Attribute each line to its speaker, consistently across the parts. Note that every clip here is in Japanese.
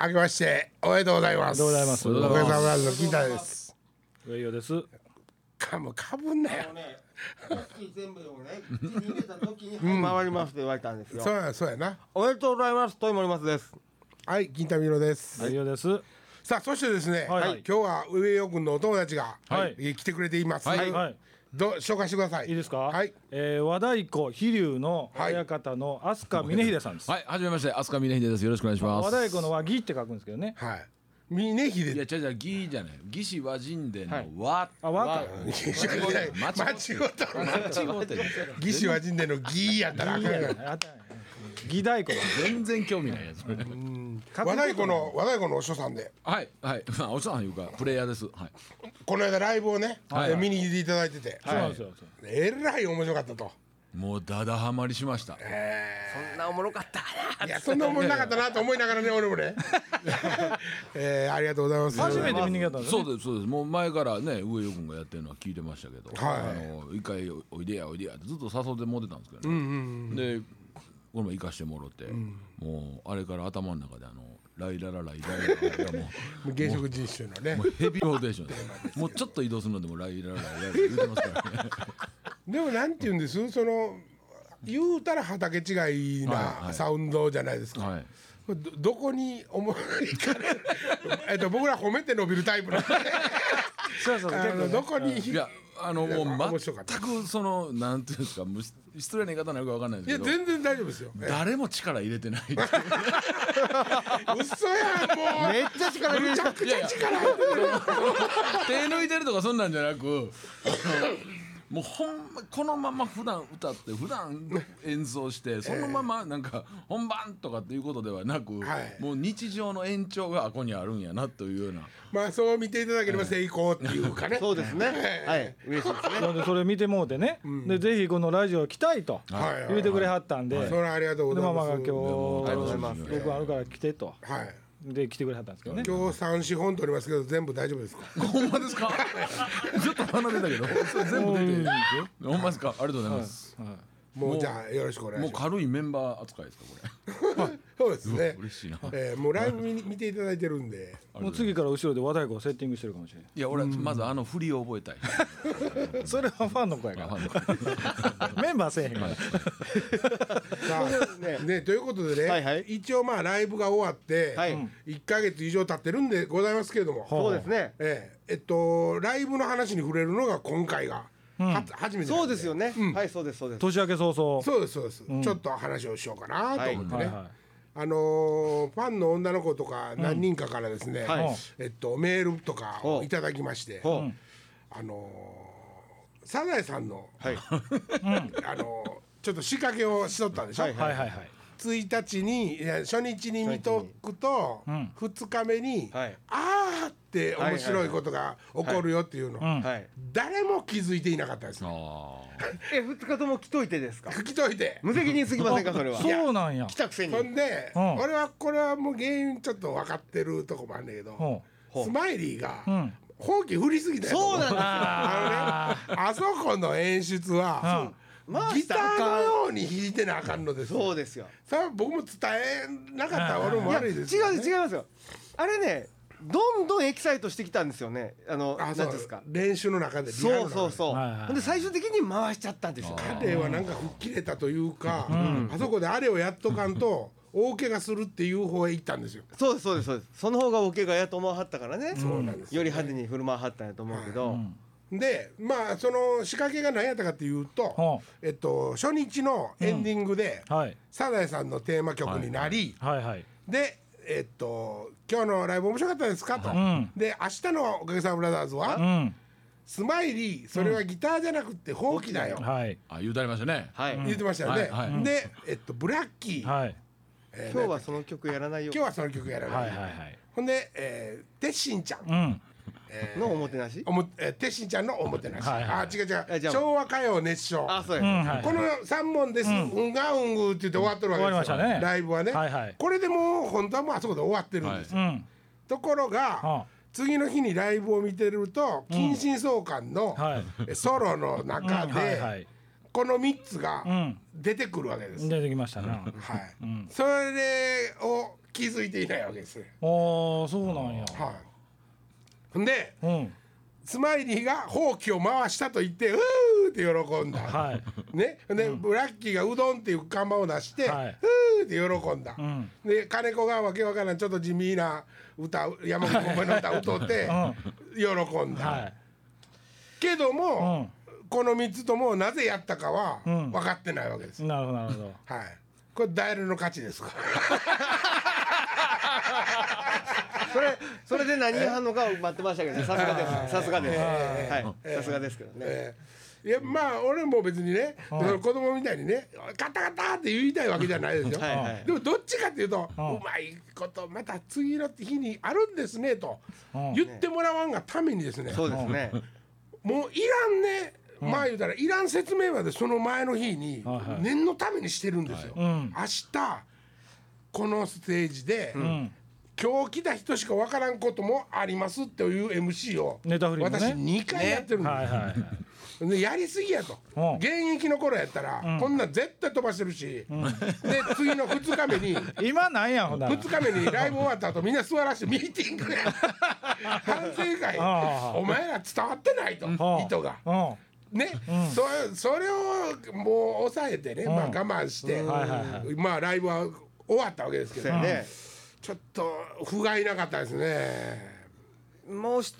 Speaker 1: 明けましておめでとうございます。
Speaker 2: おめでとうございます
Speaker 1: おめでとうございます。ギターです。
Speaker 2: 上尾です。
Speaker 1: かもかぶんなよ。
Speaker 3: ね、 全部をね、口に入れた時に回りますと言われたんですよ。
Speaker 1: そうやそうやな。
Speaker 3: おめでとうございます、豊森松です。
Speaker 1: はい、銀太みろです。
Speaker 2: 上尾です。は
Speaker 1: さあ、そしてですね、
Speaker 2: はい
Speaker 1: 今日は上尾君のお友達が、
Speaker 2: はい。
Speaker 1: えー来てくれています。
Speaker 4: はい
Speaker 2: はい、
Speaker 1: どう紹介してください。
Speaker 2: いいですか。
Speaker 1: はい。
Speaker 2: ええー、和太鼓飛龍の
Speaker 1: はい
Speaker 2: 親方の飛鳥峰秀さんです。
Speaker 4: はい、はじめまして、飛鳥峰秀です。よろしくお願いしま
Speaker 2: 和
Speaker 4: す。
Speaker 2: 太鼓の和義って書くんですけどね。
Speaker 1: はい。峰秀
Speaker 4: いや、違う違う、義じゃない、義士和人伝の和。
Speaker 2: あ和か
Speaker 4: 和
Speaker 1: 間 違
Speaker 4: 間違
Speaker 1: った
Speaker 4: 間違 ってる
Speaker 1: 義士は人伝の義やったらあかん やん
Speaker 2: あったんや義太鼓だ。
Speaker 4: 全然興味ないやつ。
Speaker 2: 書く
Speaker 1: 和太鼓の和太鼓のお師匠さんで
Speaker 4: はい、はい、まあ、おっさんいうか、プレイヤーです。はい。
Speaker 1: この間ライブをね、
Speaker 4: はい
Speaker 1: え見に来ていただいてて、
Speaker 2: そうなんですよ。
Speaker 1: えらい面白かったと、
Speaker 4: もうダダハマりしました。
Speaker 3: そんなおもろかった。
Speaker 1: いやそんな思んなかったなと思いながらね俺もね、えー、ありがとうございます
Speaker 2: 初めて見に来たんですね。
Speaker 4: そうですそうですもう前からね上与君がやってるのは聞いてましたけど、
Speaker 1: はい
Speaker 4: あの一回おいでやおいでやってずっと誘ってもってたんですけどね、でこれも行かしてもろって、もうあれから頭の中であのライララライラララがも
Speaker 1: もう原色人種のね
Speaker 4: うもうヘビーローテーションですもうちょっと移動するのでもライララライララ言ってますからね
Speaker 1: でもなんて言うんですその言うたら畑違い
Speaker 4: はいは
Speaker 1: ないサウンドじゃないですか、
Speaker 4: はい
Speaker 1: どどこに思いかれるえっと僕ら褒めて伸びるタイプなんで
Speaker 2: そうそうそう。
Speaker 1: あ
Speaker 2: 結構
Speaker 1: の
Speaker 2: ね
Speaker 1: どこに
Speaker 4: いやあのも
Speaker 1: なんか面
Speaker 4: う
Speaker 1: 白かった
Speaker 4: 全くそのなんていうんですかもうし失礼な言い方になるかわかんないで
Speaker 1: いや
Speaker 4: すけど
Speaker 1: 全然大丈夫ですよ。
Speaker 4: 誰も力入れてないっていう
Speaker 1: 嘘やんもう。
Speaker 3: めっちゃ力入れ
Speaker 1: めちゃくちゃ力入ってる。
Speaker 4: 手抜いてるとかそんなんじゃなくもうほんまこのまま普段歌って普段演奏してそのままなんか本番とかっていうことではなく、
Speaker 1: はい
Speaker 4: もう日常の延長があこにあるんやなというような
Speaker 1: まあそう見ていただければ成功っていうかね。
Speaker 3: そうで すね。はい、嬉しいですね。
Speaker 2: なんでそれ見てもうてね、でぜひこのラジオ来たいと
Speaker 1: はいはいはい
Speaker 2: 言うてくれはったんで、
Speaker 1: それはありがとうご
Speaker 2: で
Speaker 1: ざい
Speaker 2: ママ
Speaker 1: ます。
Speaker 2: が今日
Speaker 4: ありがとうございます
Speaker 2: 僕あるから来てと
Speaker 1: はい。
Speaker 2: で来てくれはったんですけどね。
Speaker 1: 今日三四本取りますけど全部大丈夫ですか。
Speaker 4: ほんまですかちょっと離れたけどそれ全部出てほんまですかありがとうございます、
Speaker 1: もうじゃあよろしくお願い
Speaker 4: も
Speaker 1: し
Speaker 4: う
Speaker 1: ます。
Speaker 4: 軽いメンバー扱いですかこ
Speaker 1: そうです
Speaker 4: れ、
Speaker 1: ね。
Speaker 4: 嬉しいな
Speaker 1: えーもうライブ見に見ていただいてるんで。
Speaker 2: もう次から後ろで和太鼓をセッティングしてるかもしれない
Speaker 4: や俺はまずあの振りを覚えたい
Speaker 2: それはファンの声や
Speaker 4: あ
Speaker 2: か
Speaker 4: の
Speaker 2: らメンバーせえへんから
Speaker 1: さあ
Speaker 3: ね
Speaker 1: ねということでね、
Speaker 3: はいはい
Speaker 1: 一応まあライブが終わって
Speaker 3: はい
Speaker 1: 一ヶ月以上経ってるんでございますけれども。
Speaker 3: そうですね。
Speaker 1: えええっとライブの話に触れるのが今回が、は初めてなん
Speaker 3: そうですよね。はい、そうです、そうです。
Speaker 2: 年明け早々
Speaker 1: そうですそうです、ちょっと話をしようかなと思ってね、
Speaker 2: はいは
Speaker 1: あのーファンの女の子とか何人かからですね、
Speaker 3: はい
Speaker 1: えっと、メールとかをいただきまして、
Speaker 3: ほう
Speaker 1: あのーサザエさんの、
Speaker 3: はい。
Speaker 1: あのーちょっと仕掛けをしとったんでしょ、
Speaker 3: はい
Speaker 2: いはいはいはい
Speaker 1: 1日にいや初日に見とくと、
Speaker 2: ん
Speaker 1: 2日目に、
Speaker 3: はい
Speaker 1: あーって面白いことが起こるよっていうの、
Speaker 2: いはい
Speaker 3: はい。
Speaker 1: 誰も気づいていなかったです
Speaker 4: あ
Speaker 3: え、二日とも来といてですか。
Speaker 1: 聞きといて
Speaker 3: 無責任すぎませんか、それは。
Speaker 2: そうなんや
Speaker 3: 来たくせに
Speaker 1: ほ。んで、
Speaker 2: うん
Speaker 1: 俺はこれはもう原因ちょっと分かってるとこもあるんだけど、
Speaker 2: うん
Speaker 1: スマイリーが、
Speaker 2: うん
Speaker 1: ほうき振りすぎたよ
Speaker 3: そうなんですよ
Speaker 1: あのねあそこの演出は、
Speaker 3: うんまあ
Speaker 1: ギターのように弾いてなあかんのです
Speaker 3: そうですよ。
Speaker 1: さあ僕も伝えなかった俺も悪い
Speaker 3: 違う
Speaker 1: ですよね、
Speaker 3: 違いますよ。あれね、どんどんエキサイトしてきたんですよね。あの、な
Speaker 1: あ
Speaker 3: んてい
Speaker 1: そううんで
Speaker 3: で
Speaker 1: すす
Speaker 3: か
Speaker 1: か。練習の中でリアルな
Speaker 3: そうそうそう。
Speaker 2: はいはい
Speaker 3: ほんで最終的に回しちゃったんですよ。
Speaker 1: 彼はなんか吹っ切れたというか、あそこであれをやっとかんと大怪我するっていう方へ行ったんですよ
Speaker 3: そうですそうですそうです。その方がおけがやと思わはったからね。
Speaker 1: そうなんですよ
Speaker 3: より派手に振る舞わはったんやと思うけど。
Speaker 1: でまあその仕掛けが何やったかっていうと
Speaker 2: は、
Speaker 1: えっと、初日のエンディングで、
Speaker 2: はい
Speaker 1: サザエさんのテーマ曲になり、
Speaker 2: はいはい
Speaker 1: で、えっと「今日のライブ面白かったですか?」と。
Speaker 2: ん
Speaker 1: で明日の「おかげさまブラザーズは」
Speaker 2: うん
Speaker 1: スマイリーそれはギターじゃなくてほうきだよ」
Speaker 2: はい
Speaker 4: ーあ言うたりましたね
Speaker 3: はい。
Speaker 1: 言ってましたよね。
Speaker 4: はいはい
Speaker 1: で、えっと、ブラッキー、
Speaker 2: はい
Speaker 1: えー
Speaker 3: 今日はその曲やらないよ
Speaker 1: 今日。はその曲やらな
Speaker 2: はい
Speaker 1: い。
Speaker 2: はいはい
Speaker 1: ほんで、えー、てっしんちゃん、
Speaker 2: うん
Speaker 3: のおもてなし。
Speaker 1: おもえー、てっしんちゃんのおもてなし、
Speaker 2: はいは
Speaker 1: あ
Speaker 2: い
Speaker 1: 違う
Speaker 3: え
Speaker 1: 違
Speaker 3: じ
Speaker 1: う
Speaker 3: ゃあ
Speaker 1: 昭和歌謡熱唱
Speaker 3: あ、そうや。
Speaker 2: うんはい
Speaker 1: この三問です、うん、がうんぐって言って終わってるわけですよ、
Speaker 2: 終わりましたね
Speaker 1: ライブはね、
Speaker 2: はいはい
Speaker 1: これでもう本当はもうあそこで終わってるんですよ、
Speaker 2: うん
Speaker 1: ところが、
Speaker 2: は
Speaker 1: 次の日にライブを見てると近親相関の
Speaker 2: うんはい
Speaker 1: えソロの
Speaker 2: い
Speaker 1: 中
Speaker 2: はいは
Speaker 1: で
Speaker 2: い
Speaker 1: この3つ
Speaker 2: う
Speaker 1: が
Speaker 2: ん
Speaker 1: 出てくるわけです、
Speaker 2: 出てきましたな
Speaker 1: はいそれを気づいていないわけですね。
Speaker 2: ああそうなんや
Speaker 1: はい、ほんで
Speaker 2: うん
Speaker 1: スマイリーがほうきを回したと言って「うー」って喜んだ、
Speaker 2: はい
Speaker 1: ね、で、ラッキーがうどんっていう看板を出して、
Speaker 2: はいう
Speaker 1: ーって喜んだ、
Speaker 2: ん
Speaker 1: で金子がわけわからんちょっと地味な歌山本桃江の歌歌って喜んだ、
Speaker 2: はい
Speaker 1: けど
Speaker 2: う
Speaker 1: も、
Speaker 2: ん
Speaker 1: この3つともなぜやったかは
Speaker 2: ん
Speaker 1: 分かってないわけです、
Speaker 2: なるほどなるほど
Speaker 1: はいこれダイヤルの勝ちですか
Speaker 3: それそれで何が反応かを待ってましたけどねさすがですさすがですはいさすがですけどね
Speaker 1: ええいやまあ俺も別にね、その子供みたいにね「勝った勝った!」って言いたいわけじゃないですよ
Speaker 3: はいはい
Speaker 1: でもどっちかっていうと、う
Speaker 2: うん
Speaker 1: まいことまた次の日にあるんですねと
Speaker 2: うん
Speaker 1: 言ってもらわんがためにですね、
Speaker 3: そうですね
Speaker 1: もういらんね、まあ言うたらいらん説明までその前の日に
Speaker 2: はいはい
Speaker 1: 念のためにしてるんですよ。
Speaker 2: うん
Speaker 1: 明日このステージで、
Speaker 2: うん
Speaker 1: 今日来た人しかわからんこともありますっていう MC を
Speaker 2: ネタフリもね
Speaker 1: 私2回やってるんです、
Speaker 2: はいはいはい
Speaker 1: でやりすぎやと、
Speaker 2: うん
Speaker 1: 現役の頃やったら、こんなん絶対飛ばしてるし、で次の2日目に
Speaker 2: 今なんやほんなら
Speaker 1: 2日目にライブ終わった後みんな座らしてミーティングや反省会
Speaker 2: ああ
Speaker 1: お前ら伝わってないと
Speaker 2: はあ
Speaker 1: 意図が
Speaker 2: うん
Speaker 1: ね、そそれをもう抑えてね、まあ我慢して、
Speaker 2: はいはい
Speaker 1: まあライブは終わったわけですけ
Speaker 3: そ
Speaker 1: ど、
Speaker 3: うやね
Speaker 1: ちょっと不甲斐なかったですね。
Speaker 3: もう一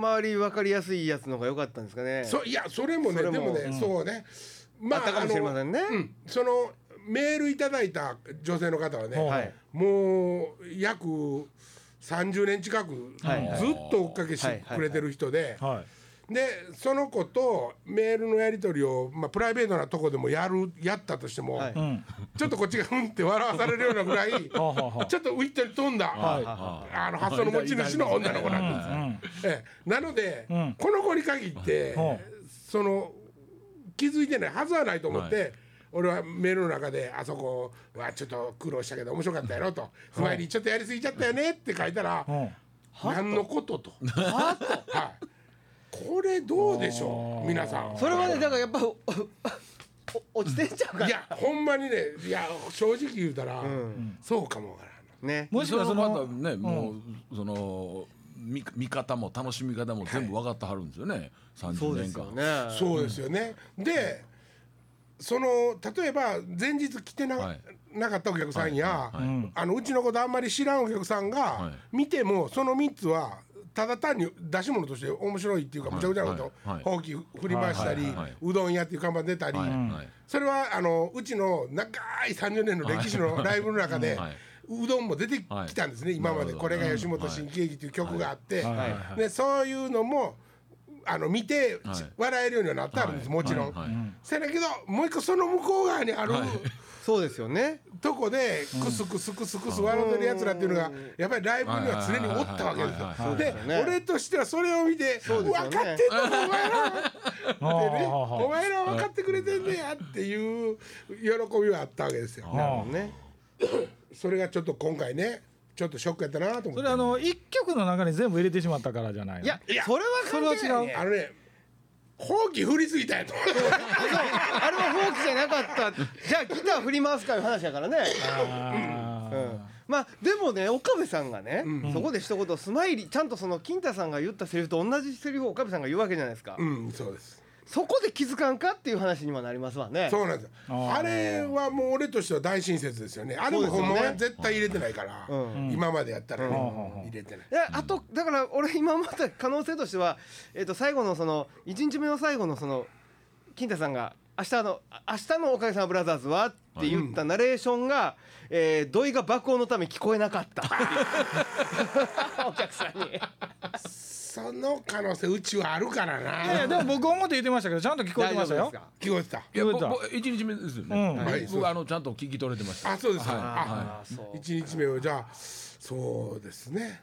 Speaker 3: 回り分かりやすいやつの方が良かったんですかね
Speaker 1: そいやそれもね
Speaker 3: それも
Speaker 1: でもね、そうねま
Speaker 3: あったかもしれませんね
Speaker 1: あのうんそのメールいただいた女性の方はね、
Speaker 2: ほう
Speaker 3: はい
Speaker 1: もう約30年近くず
Speaker 3: はいはい
Speaker 1: っと追っかけしてくれてる人で、
Speaker 2: はい、
Speaker 1: でその子とメールのやり取りを、まあ、プライベートなとこでもやるやったとしても、
Speaker 3: はいう
Speaker 2: ん
Speaker 1: ちょっとこっちがうんって笑わされるようなぐらいち
Speaker 2: は
Speaker 1: ょ
Speaker 2: あはあはあ
Speaker 1: っと浮いてる飛んだ、
Speaker 2: はい
Speaker 1: あの発想の持ち主の女の子なんです。
Speaker 2: うん
Speaker 1: ええなので、
Speaker 2: うん
Speaker 1: この子に限って、
Speaker 2: うん
Speaker 1: その気づいてないはずはないと思って、俺はメールの中で「あそこはちょっと苦労したけど面白かったやろ」と「つまりちょっとやりすぎちゃったよね」って書いたら
Speaker 2: うん
Speaker 1: 「何のこと?」と。はいこれどうでしょう皆さん。
Speaker 3: それはねだからやっぱおお落ちてんちゃうか
Speaker 1: い
Speaker 3: ら
Speaker 1: やほんまにねいや正直言うたら、そうかもわからん。
Speaker 3: ね
Speaker 2: もしくはそ
Speaker 4: その方
Speaker 2: の
Speaker 4: ね、もうその見見方も楽しみ方も全部分かってはるんですよね、
Speaker 3: そ
Speaker 4: 30
Speaker 3: うで
Speaker 4: 年
Speaker 3: すよ
Speaker 4: 間、
Speaker 3: ね
Speaker 1: そうですよね。で、その例えば前日来てな,、
Speaker 4: はい
Speaker 1: なかったお客さんや、
Speaker 4: はいはい
Speaker 1: あのうちのことあんまり知らんお客さんが
Speaker 4: い
Speaker 1: 見ても、その3つはただ単に出し物として面白いっていうか、むちゃくちゃなこと、
Speaker 4: はいはい
Speaker 1: ほうき振り回したり、
Speaker 4: はいはいはいう
Speaker 1: どん屋っていう看板出たり。
Speaker 4: はいはい
Speaker 1: それはあのうちの長い30年の歴史のライブの中で、
Speaker 4: はいう
Speaker 1: どんも出てきたんですね、
Speaker 4: はい
Speaker 1: 今ま
Speaker 4: な
Speaker 1: で
Speaker 4: るほ
Speaker 1: こ
Speaker 4: ど
Speaker 1: れが吉本新喜劇という曲があって、
Speaker 2: はいはい
Speaker 3: は
Speaker 1: でそういうのもあの見て、
Speaker 4: はい
Speaker 1: 笑えるようにはなってあるんです、もちろん。
Speaker 4: はいはい
Speaker 1: せやけどもう一個その向こう側にある、
Speaker 3: そうですよね
Speaker 1: とこでクスクスクスクス笑ってるやつらっていうのがやっぱりライブには常におったわけですよ
Speaker 4: はい。
Speaker 3: はいはいはいそうです
Speaker 1: で
Speaker 3: よね
Speaker 1: 俺としてはそれを見て「
Speaker 3: うですよね
Speaker 1: 分かってんのかお前ら」ってね「
Speaker 2: はあはあ
Speaker 1: お前らは分かってくれてんねや」っていう喜びはあったわけですよ。
Speaker 3: なるほどね
Speaker 1: それがちょっと今回ねちょっとショックやったなと思
Speaker 2: そ
Speaker 1: っ
Speaker 2: れ
Speaker 1: て。
Speaker 2: あの一曲の中に全部入れてしまったからじゃないの
Speaker 3: いや
Speaker 1: いや
Speaker 3: それは
Speaker 2: それは違う
Speaker 1: あのね放棄振りすぎたやと。
Speaker 3: あれは放棄じゃなかったじゃあギター振り回すかいう話やからね、
Speaker 2: あ
Speaker 3: う
Speaker 2: ー
Speaker 3: ん、まあでもね岡部さんがね、そこで一言スマイリーちゃんとその金太さんが言ったセリフと同じセリフを岡部さんが言うわけじゃないですか、
Speaker 1: うんそうです。
Speaker 3: そこで気づかんかっていう話にもなりますわね
Speaker 1: そうなんですよ
Speaker 2: あー
Speaker 1: あれはもう俺としては大親切ですよねあれも
Speaker 3: そうですよ
Speaker 1: 本
Speaker 3: ね
Speaker 1: 物は絶対入れてないから、
Speaker 3: うん
Speaker 1: 今までやったらね、
Speaker 2: うん
Speaker 1: 入れてない、
Speaker 3: いやあとだから俺今思った可能性としては、えっと最後のその1日目の最後のその金太さんが「明日のあ明日のおかげさまブラザーズは」って言ったナレーションが、えー土井が爆音のため聞こえなかったお客さんに。
Speaker 1: その可能性うちはあるから
Speaker 2: いやい
Speaker 1: な
Speaker 2: やでも僕思って言ってましたけどちゃんと聞こえてました
Speaker 3: 大丈夫で
Speaker 2: よ
Speaker 3: すか
Speaker 1: 聞こえてた
Speaker 4: いや、
Speaker 2: どうだ
Speaker 4: 僕一日目ですよ
Speaker 2: うん
Speaker 1: は
Speaker 4: ね。
Speaker 1: いそう
Speaker 4: 僕あのちゃんと聞き取れてました。
Speaker 1: あそうですか、
Speaker 4: は
Speaker 3: あーそう
Speaker 1: あ一日目をじゃあそうですね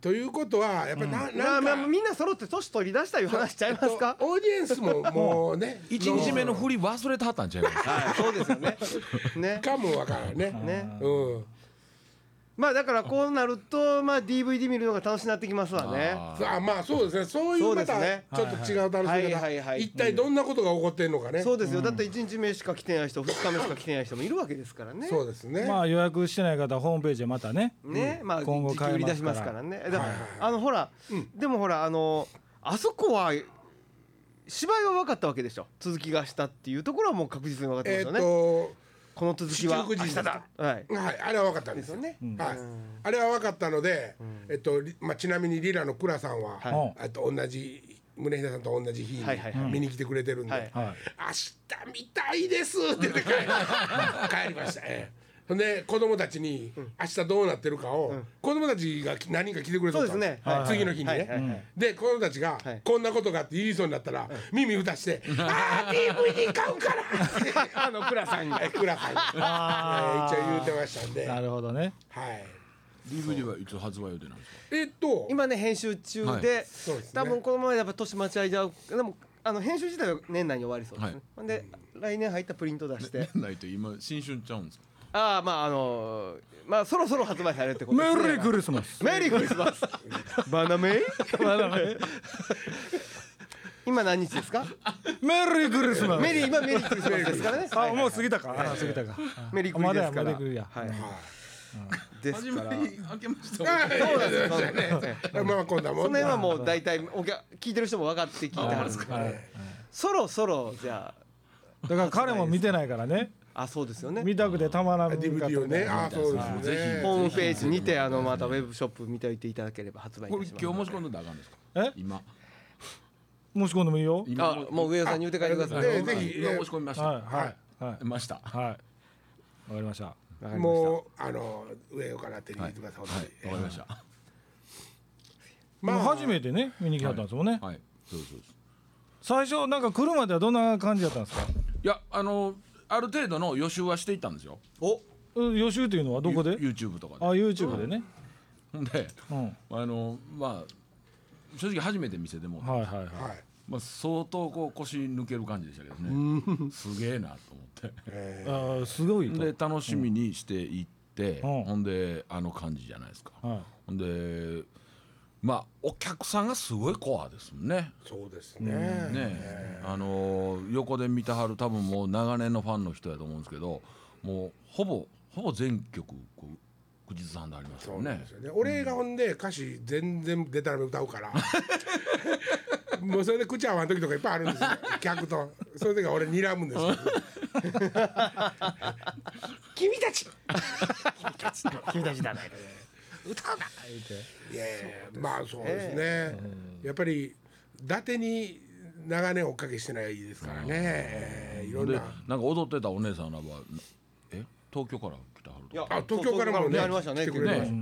Speaker 1: ということはやっぱりな,、ん、
Speaker 3: ま
Speaker 1: な
Speaker 3: あ
Speaker 1: ん
Speaker 3: ま
Speaker 1: か、
Speaker 3: あみんな揃って年取り出したいう話しちゃいますか。
Speaker 1: オーディエンスももうね
Speaker 4: い。一日目の
Speaker 1: ど
Speaker 4: 振り忘れたは ったんちゃいます。
Speaker 3: はい、そうですよね。
Speaker 1: う
Speaker 3: ね。
Speaker 1: かもわからんね
Speaker 3: ね。
Speaker 1: うん
Speaker 3: まあだからこうなるとまあ DVD 見るのが楽しくなってきますわね
Speaker 4: あー
Speaker 1: あまあそうですねそうい
Speaker 3: そうう
Speaker 1: ま
Speaker 3: です
Speaker 1: た
Speaker 3: ね
Speaker 1: ちょっと違う楽し
Speaker 3: はい
Speaker 1: み
Speaker 3: はいはい
Speaker 1: 方
Speaker 3: はい
Speaker 1: 一体どんなことが起こってんのかね
Speaker 3: そうですよだって1日目しか来てない人2日目しか来てない人もいるわけですからね
Speaker 1: そうですね
Speaker 2: まあ予約してない方はホームページでまたね
Speaker 3: ねまあ
Speaker 2: 今後
Speaker 3: 時給売り出しますからねだからあのほらでもほらあのあそこは芝居は分かったわけでしょ続きがしたっていうところはもう確実に分かってます
Speaker 1: えっ
Speaker 3: よね
Speaker 1: と
Speaker 3: この続きは
Speaker 1: 七福
Speaker 3: 明
Speaker 1: 神で
Speaker 3: 日
Speaker 1: すか
Speaker 3: だはい
Speaker 1: はいあれは分かったんですよ
Speaker 3: ですよ
Speaker 1: はいあれは分かったのでえっとりまあちなみにリラのクラさんは
Speaker 3: は
Speaker 1: あと同じ宗秀さんと同じ日に
Speaker 3: はいはいはい
Speaker 1: 見に来てくれてるんで
Speaker 3: はい
Speaker 2: はい
Speaker 1: 明日見たいですって言 って帰り帰りましたええほんで子供たちに明日どうなってるかを子供たちが何人か来てくれとった
Speaker 3: そうですね
Speaker 1: の
Speaker 3: はい
Speaker 1: 次の日に
Speaker 3: はいはい
Speaker 1: ねで子供たちが
Speaker 3: はい
Speaker 1: こんなことがあって言いそうになったら耳打た して「ああ DVD 買うから!」
Speaker 3: あの倉さんが
Speaker 1: はいクラさんに
Speaker 2: あー
Speaker 1: ええ一応言うてましたんで
Speaker 2: なるほどね
Speaker 1: はい
Speaker 4: DVD はいつ発売予定なんですか
Speaker 1: えっと
Speaker 3: 今ね編集中で,、
Speaker 4: は
Speaker 1: そ
Speaker 4: い
Speaker 1: うですね
Speaker 3: 多分このままやっぱ年待ち間をでもあの編集自体は年内に終わりそうですね、
Speaker 4: はい
Speaker 3: ほんで来年入ったプリント出して、
Speaker 4: 年内と今新春ちゃうんですか
Speaker 3: ああまああのーまあそろそろ発売されるってこと
Speaker 2: メ
Speaker 3: ですね
Speaker 2: リークリスマス
Speaker 3: メリークリスマスバナメイ
Speaker 2: まだまだ
Speaker 3: 今何日ですか
Speaker 2: メリークリスマス
Speaker 3: メリー今メリークリスマスですからね
Speaker 2: あもう
Speaker 3: う
Speaker 2: 過ぎたかあ過ぎたか
Speaker 3: メリークリですか
Speaker 2: まだやメリ
Speaker 3: ら
Speaker 2: ークリや
Speaker 3: はい
Speaker 1: は
Speaker 3: です
Speaker 4: 始
Speaker 3: か
Speaker 4: ま
Speaker 3: ら
Speaker 4: り明けましておめでと
Speaker 1: い
Speaker 4: う
Speaker 3: そうなんですよそうなんですよ
Speaker 1: まあまあこんな
Speaker 3: その
Speaker 1: もん
Speaker 3: 辺
Speaker 1: で
Speaker 3: はもう大体お客聞いてる人も分かって聞いてはるんですから、
Speaker 2: はい
Speaker 3: そろそろじゃ
Speaker 2: だから彼も見てないからね
Speaker 3: ああそうですよね
Speaker 2: 見たくてたまらんかった
Speaker 1: DVD をねああそう
Speaker 4: はい
Speaker 1: ですね
Speaker 4: ぜひ
Speaker 3: ホームページにてあのまたウェブショップ見ておいていただければ発売い
Speaker 4: こ
Speaker 3: た
Speaker 4: れ
Speaker 3: し
Speaker 4: 今
Speaker 3: ま
Speaker 4: 日
Speaker 3: す。
Speaker 4: 申し込んでたらあかんですか
Speaker 2: え
Speaker 4: 今
Speaker 2: 申し込んでもいいよ
Speaker 4: 今
Speaker 3: あもう上尾さんに言うて帰ってください。
Speaker 1: で
Speaker 3: わ
Speaker 1: ぜひ
Speaker 4: 今申し込みました
Speaker 2: はいはいはい
Speaker 4: ました
Speaker 2: はいわかりました
Speaker 3: かりました。
Speaker 1: もうあの上から手に入れてください本当に
Speaker 4: わかりました
Speaker 2: ま
Speaker 1: まあ
Speaker 2: あ初めてね見に来たんですもんね
Speaker 4: はいそうですそうです
Speaker 2: 最初なんか来るまではどんな感じだったんですか
Speaker 4: いやあのある程度の予習はしていったんですよ
Speaker 3: お
Speaker 2: うん予習というのはどこで
Speaker 4: YouTube とか
Speaker 2: あ
Speaker 4: で
Speaker 2: YouTube でね
Speaker 4: ほんで
Speaker 2: うん
Speaker 4: あのまあ正直初めて見せてもうて
Speaker 2: はいはいはい
Speaker 1: はい
Speaker 4: まあ相当こう腰抜ける感じでしたけどねすげえなと思って
Speaker 1: え
Speaker 2: あーすごいと
Speaker 4: で楽しみにしていって、
Speaker 2: うん
Speaker 4: ほんであの感じじゃないですか、
Speaker 2: はい
Speaker 4: ほんでまあお客さんがすごいコアですもんね。
Speaker 1: ーそうですね
Speaker 4: ねえあのー横で見てはる多分もう長年のファンの人やと思うんですけどもうほぼほぼ全曲こう口ずさんであります
Speaker 1: そ
Speaker 4: よ
Speaker 1: うなん
Speaker 4: ね
Speaker 1: です。よね俺がほんで歌詞全然でたらめ歌うからもうそれで口合わん時とかいっぱいあるんですよ客とそれが俺睨むんですよ君たち
Speaker 3: 君たちだね。
Speaker 1: 歌うな言うていやいやまあそうですね、やっぱり伊達に長年追っかけしてないですからね、えーいろん
Speaker 4: で
Speaker 1: な
Speaker 4: なんか踊ってたお姉さんらはえ東京から来てはると
Speaker 3: いや
Speaker 4: か
Speaker 1: あ東京からもね
Speaker 3: ありましたね。
Speaker 1: 来てくれま
Speaker 4: ね
Speaker 1: し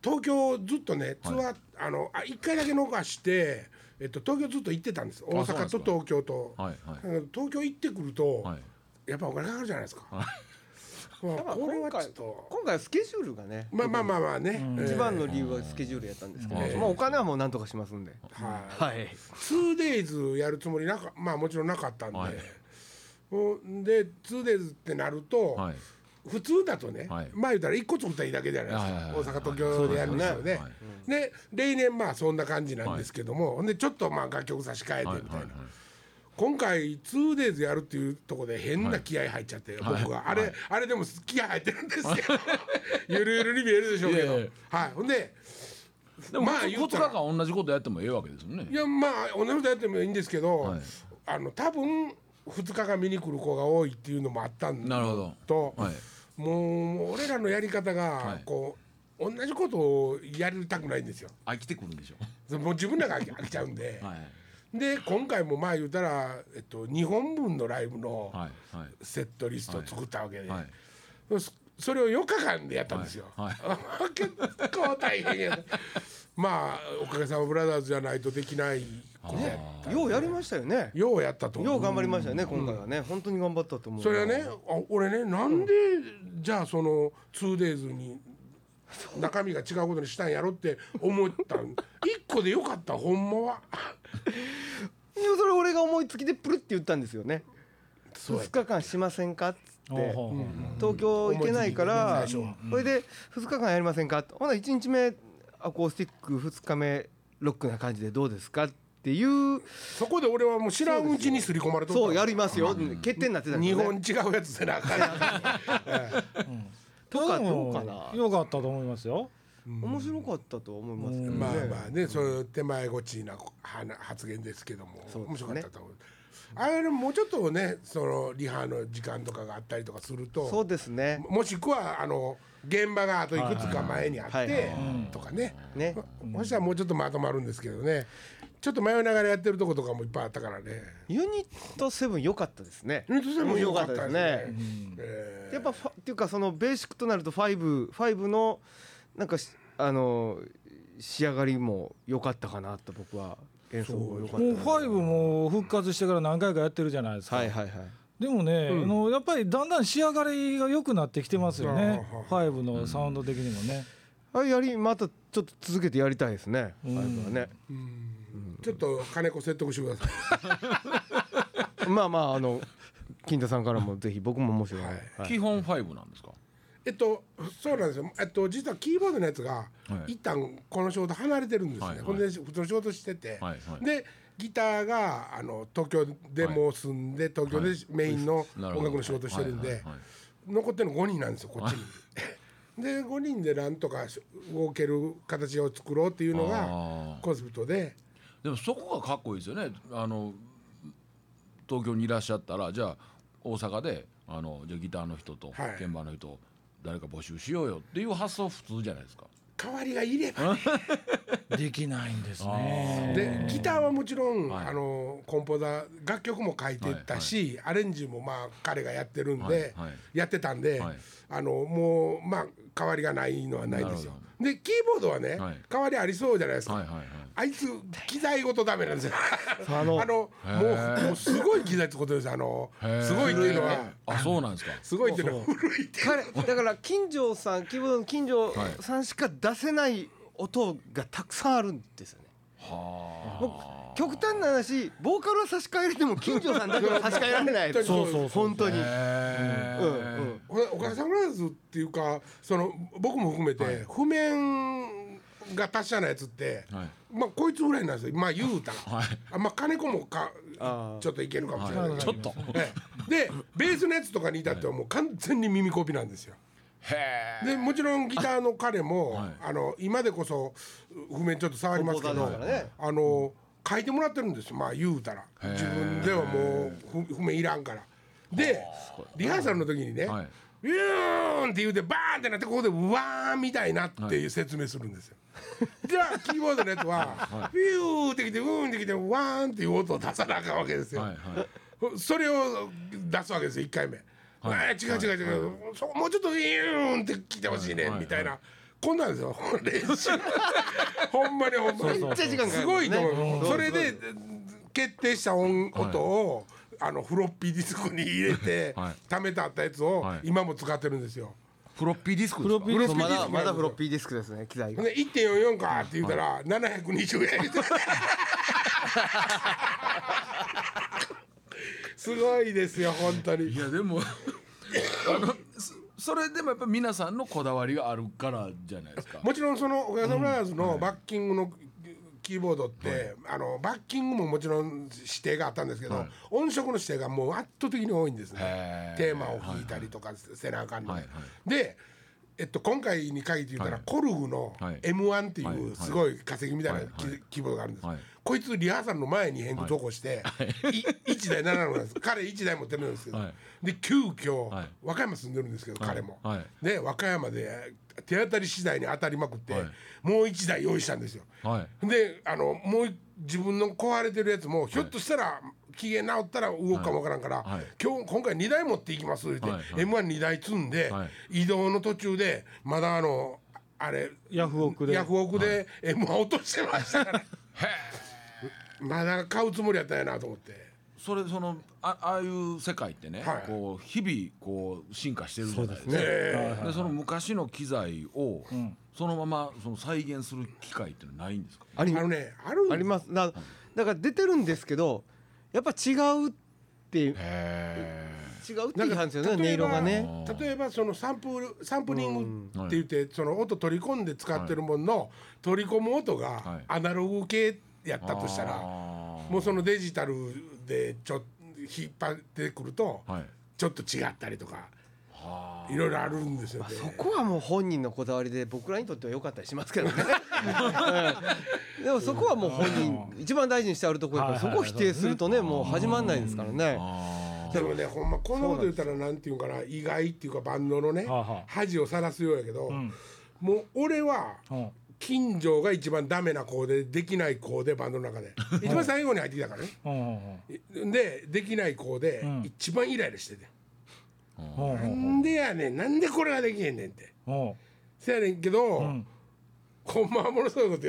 Speaker 1: 東京ずっとねツアー、あのあ1回だけ逃して、えっと、東京ずっと行ってたんです大
Speaker 4: そうな
Speaker 1: 阪
Speaker 4: んです
Speaker 1: と
Speaker 4: か
Speaker 1: 東京と、
Speaker 4: はいは
Speaker 1: うん東京行ってくると、
Speaker 4: はい
Speaker 1: やっぱお金かかるじゃないですか、まあ
Speaker 3: やっぱ
Speaker 1: これ
Speaker 3: 今
Speaker 1: はちょ
Speaker 3: 回
Speaker 1: っと
Speaker 3: 今回はスケジュールがね。
Speaker 1: まあまあまあまあね、えー
Speaker 3: 一番の理由はスケジュールやったんですけど、まあお金はもうなんとかしますんで。
Speaker 1: はい
Speaker 3: はい。
Speaker 1: 2days やるつもりなかまあもちろんなかったんで、
Speaker 4: はい
Speaker 1: ほんで 2days ってなると、
Speaker 4: はい
Speaker 1: 普通だとね、
Speaker 4: はい
Speaker 1: まあ言うたら1個作ったらいいだけじゃないですか、
Speaker 4: はいはいはい
Speaker 1: 大阪東京でやるんですよね。
Speaker 4: はい
Speaker 1: で例年まあそんな感じなんですけども、ほんでちょっとまあ楽曲差し替えてみたいな、
Speaker 4: はいはいはい
Speaker 1: 今回 2days やるっていうところで変な気合入っちゃって、僕はあれ、あれでも気合入ってるんです よゆるゆるに見えるでしょうけど
Speaker 4: いやいや
Speaker 1: はいほんで
Speaker 4: でも
Speaker 1: まあ
Speaker 4: 2
Speaker 1: 言う
Speaker 4: 日
Speaker 1: たら
Speaker 4: 間同じことやってもええわけですもんね。
Speaker 1: いやまあ同じことやってもいいんですけど、
Speaker 4: はい
Speaker 1: あの多分2日が見に来る子が多いっていうのもあったん
Speaker 4: なるほ
Speaker 1: と、
Speaker 4: はい
Speaker 1: もう俺らのやり方が
Speaker 4: い
Speaker 1: こう、同じことをやりたくないんですよ。
Speaker 4: 飽きてくるんでしょ。
Speaker 1: もう自分らが飽き飽きちゃうんで、
Speaker 4: はい
Speaker 1: で今回もまあ言うたら、えっと、2本分のライブの
Speaker 4: はいはい。
Speaker 1: セットリストを作ったわけで、
Speaker 4: はい
Speaker 1: そそれを4日間でやったんですよ、
Speaker 4: はい
Speaker 1: 結構大変 やまあおかげさまブラザーズじゃないとできないことや
Speaker 3: ようやりましたよね。
Speaker 1: ようやったと思う
Speaker 3: よう頑張りましたよね今回はね。本当に頑張ったと思う。
Speaker 1: それはね。あ俺ねなんで、じゃあその 2days に中身が違うことにしたんやろって思った ん一個でよかったほんまは
Speaker 3: でもそれ俺が思いつきでプルって言ったんですよね。
Speaker 1: そうや
Speaker 3: 2日間しませんかっつっって
Speaker 2: ほうほうほう
Speaker 3: 東京行けないか
Speaker 1: 思
Speaker 3: ら
Speaker 1: いついてね
Speaker 3: それで2日間やりませんかってほな1日目アコースティック2日目ロックな感じでどうですかっていう
Speaker 1: そこで俺はもう知らんうちに刷り込まれとった
Speaker 3: そうやりますよ決定になってたんで
Speaker 1: 日
Speaker 3: す
Speaker 1: 本
Speaker 3: ね
Speaker 1: 違うやつせなあか んやん
Speaker 3: とかどうかな
Speaker 2: でもよかったと思いますよ
Speaker 3: 面白かったと思いますけどね
Speaker 1: まあまあね、そういう手前ごちなはな発言ですけども、
Speaker 3: そうですね
Speaker 1: 面白かったと思う。あれもうちょっとね、そのリハの時間とかがあったりとかする
Speaker 3: そう
Speaker 1: と、
Speaker 3: ですね
Speaker 1: もしくはあの現場があといくつか前にあっ
Speaker 3: はいはい
Speaker 1: てとかね、
Speaker 3: ね
Speaker 1: もしたらもうちょっとまとまるんですけどね、ちょっと迷いながらやってるとことかもいっぱいあったからね。
Speaker 3: ユニットセブン良かったですね
Speaker 1: ユニットセブンも良かったですね
Speaker 3: 良かったで
Speaker 1: えー
Speaker 3: やっぱファっていうかそのベーシックとなるとファイブファイブのなんかしあの仕上がりも良かったかなと僕は演奏も良かった
Speaker 2: もう
Speaker 3: な
Speaker 2: ファイブも復活してから何回かやってるじゃないですか、
Speaker 3: はいはいはい
Speaker 2: でもね、あのやっぱりだんだん仕上がりが良くなってきてますよね
Speaker 1: うん
Speaker 2: ファイブのサウンド的にもね、
Speaker 3: あやりまたちょっと続けてやりたいですねフ
Speaker 2: うん
Speaker 3: ァイブはね
Speaker 1: ちょっと金子説得してください。
Speaker 3: まあまああの金田さんからもぜひ僕ももしよかったらはい
Speaker 4: 基本ファイブなんですか。
Speaker 1: えっと、そうなんですよ、えっと、実はキーボードのやつが、
Speaker 4: い
Speaker 1: 一旦この仕事離れてるんですね、
Speaker 4: はいはい
Speaker 1: ほんで普通の仕事してて、
Speaker 4: はいはい
Speaker 1: でギターがあの東京でもう住んで、東京でメインの
Speaker 4: なる
Speaker 1: 音
Speaker 4: ほど
Speaker 1: 楽の仕事してるんで、
Speaker 4: はいはいはい
Speaker 1: 残ってるの5人なんですよこっちに。で5人でなんとか動ける形を作ろうっていうのが
Speaker 4: あー
Speaker 1: コンセプトで
Speaker 4: でもそこがかっこいいですよね。あの東京にいらっしゃったらじゃあ大阪であのじゃあギターの人と
Speaker 1: はい
Speaker 4: 鍵盤の人誰か募集しようよっていう発想普通じゃないですか。
Speaker 1: 代わりがいれば
Speaker 2: できないんです
Speaker 4: あ
Speaker 2: ね
Speaker 1: でギターはもちろん、
Speaker 4: はい
Speaker 1: あのコンポーザー楽曲も書いてたし、アレンジもまあ彼がやってるんで、
Speaker 4: はいはい
Speaker 1: やってたんで、
Speaker 4: はい
Speaker 1: あのもうまあ変わりがないのはないですよ
Speaker 4: なる。
Speaker 1: でキーボードはね、
Speaker 4: はい
Speaker 1: 変わりありそうじゃないですか。
Speaker 4: はいはいはい。
Speaker 1: あいつ機材ごとダメなんです よ。あの
Speaker 3: あの
Speaker 1: もうもうすごい機材ってことです。あの
Speaker 4: へー
Speaker 1: すごいっていうのは
Speaker 4: あそうなんですか。
Speaker 1: すごいっていうのは古いっていう
Speaker 3: 彼だから金城さんキーボードの金城さんしか出せない音がたくさんあるんですよね
Speaker 4: は
Speaker 3: 僕極端な話ボーカルは差し替えれても金城さんだけは差し替えられない
Speaker 1: そうそうそう
Speaker 3: 本当に
Speaker 4: あ。へ
Speaker 3: うんう
Speaker 4: ー
Speaker 3: ん
Speaker 1: これお母さんフランスっていうかその僕も含めて、譜面が達者なやつって、
Speaker 4: はい
Speaker 1: まあこいつぐらいなんですよまあ言うたら、
Speaker 4: はい
Speaker 1: あまあ金子もか
Speaker 3: あー
Speaker 1: ちょっといけるかもしれない、
Speaker 4: はいちょっと。
Speaker 1: ええでベースのやつとかに至ってはもう完全に耳コピなんですよ。
Speaker 4: へ
Speaker 1: でもちろんギターの彼も、
Speaker 4: はい
Speaker 1: あの今でこそ譜面ちょっと触りますけ
Speaker 3: コンポ
Speaker 1: ど、
Speaker 3: ーザーだからね
Speaker 1: あの書いてもらってるんですよまあ言うたら
Speaker 4: へえ
Speaker 1: 自分ではもうふ譜面いらんから。でリハーサルの時にね
Speaker 4: はい
Speaker 1: 「ビューン!」って言うてバーンってなってここで「うわー」みたいなっていう説明するんですよ。じゃあキーボードのやつは「ビュー」ってきて「うーん」ってきて「わーん」っていう音を出さなあかんわけです
Speaker 4: え。
Speaker 1: よ。
Speaker 4: はいはい。
Speaker 1: それを出すわけですよ1回目、あー違う違う違う、そうもうちょっとイューンって来てほしいね、みたいな、こんなんですよ練 習ほんまにほんまに
Speaker 3: めっちゃ時間かかる
Speaker 1: すごいと思
Speaker 3: ね
Speaker 1: う、
Speaker 3: うん
Speaker 1: それで決定した音音を、あのフロッピーディスクに入れて、
Speaker 4: はい
Speaker 1: 貯めてあったやつを、
Speaker 4: はい
Speaker 1: 今も使ってるんですよ。
Speaker 4: フロッピーディスクで
Speaker 2: フロ
Speaker 4: すか。
Speaker 2: ッピーディスク
Speaker 3: まだまだフロッピーディスクですね機材
Speaker 1: ほ
Speaker 3: が
Speaker 1: ん。で1.44かって言うたら720円 すごいですよ本当に
Speaker 4: い。やで もあのそそれでもやっぱ皆さんのこだわりがあるからじゃないですか。
Speaker 1: もちろんその岡田ブラザーズのバッキングのキーボードって、あのバッキングももちろん指定があったんですけど、音色の指定がもう圧倒的に多いんですね
Speaker 4: へー
Speaker 1: テーマを弾いたりとかせなあかんの
Speaker 4: は
Speaker 1: で
Speaker 4: いは
Speaker 1: で、えっと、今回に限って言ったら、
Speaker 4: はい
Speaker 1: コルグの
Speaker 4: はい
Speaker 1: M1 って
Speaker 4: はい
Speaker 1: い
Speaker 4: は
Speaker 1: う
Speaker 4: い
Speaker 1: すごい化石みたいな
Speaker 4: はい
Speaker 1: キ,、
Speaker 4: はい
Speaker 1: ーボードがあるんです、
Speaker 4: はい
Speaker 1: こいつリハーサルの前に変更投稿して、い1台7のなんです彼1台持ってるんですけど、
Speaker 4: はい
Speaker 1: で急遽、
Speaker 4: はい
Speaker 1: 和歌山住んでるんですけど、彼も。
Speaker 4: はい
Speaker 1: で和歌山で手当たり次第に当たりまくって、
Speaker 4: はい
Speaker 1: もう1台用意したんですよ。
Speaker 4: はい。
Speaker 1: であのもう自分の壊れてるやつもひょっとしたら機嫌直ったら動くかもわからんから、
Speaker 4: はい
Speaker 1: 今日今回2台持っていきますって言って、
Speaker 4: はい
Speaker 1: M12 台積んで、
Speaker 4: は
Speaker 1: 移動の途中でまだあのあれ
Speaker 2: ヤフオクで
Speaker 1: ヤフオクで M1 落としてましたから、まだ買うつもりやったんやなと思って
Speaker 4: それそのあああいう世界ってね、
Speaker 1: はい
Speaker 4: こう日々こう進化してるじゃないですか。でその昔の機材を、そのままその再現する機会っていうのはないんですか。
Speaker 3: あり
Speaker 1: あのねあるん
Speaker 3: ありますだだから出てるんですけどやっぱ違うって
Speaker 4: へ
Speaker 3: 違うっていう感じですよね音色がね
Speaker 1: 例えばそのサンプルサンプリングって言ってその音取り込んで使ってるものの取り込む音
Speaker 4: は
Speaker 1: が
Speaker 4: い
Speaker 1: アナログ系やったとしたら
Speaker 4: あー
Speaker 1: もうそのデジタルでちょ引っ張ってくると
Speaker 4: はい
Speaker 1: ちょっと違ったりとか
Speaker 4: はい
Speaker 1: ろいろあるんですよね
Speaker 3: そこはもう本人のこだわりで僕らにとっては良かったりします けどね、うんでもそこはもう本人一番大事にしてあるところやからそ
Speaker 2: はい
Speaker 3: こ
Speaker 2: はい
Speaker 3: を
Speaker 2: はい
Speaker 3: 否定するとねもう始まんないですからね
Speaker 4: あ
Speaker 1: でもねほんまこんなこと言ったらなんていうんかな意外っていうか万能のね
Speaker 2: はあはあ
Speaker 1: 恥をさらすようやけど
Speaker 2: ん
Speaker 1: もう俺は
Speaker 2: うん
Speaker 1: 近所が一番ダメな子でできない子でバンドの中 で一番最後に入ってきたからね
Speaker 2: うんうん
Speaker 1: でできない子で
Speaker 2: ん
Speaker 1: 一番イライラしてて、
Speaker 2: うんうん
Speaker 1: なんでやねんなんでこれができへんねんって
Speaker 2: うん
Speaker 1: せやねんけど、
Speaker 2: ん
Speaker 1: ほんまはものすごいこと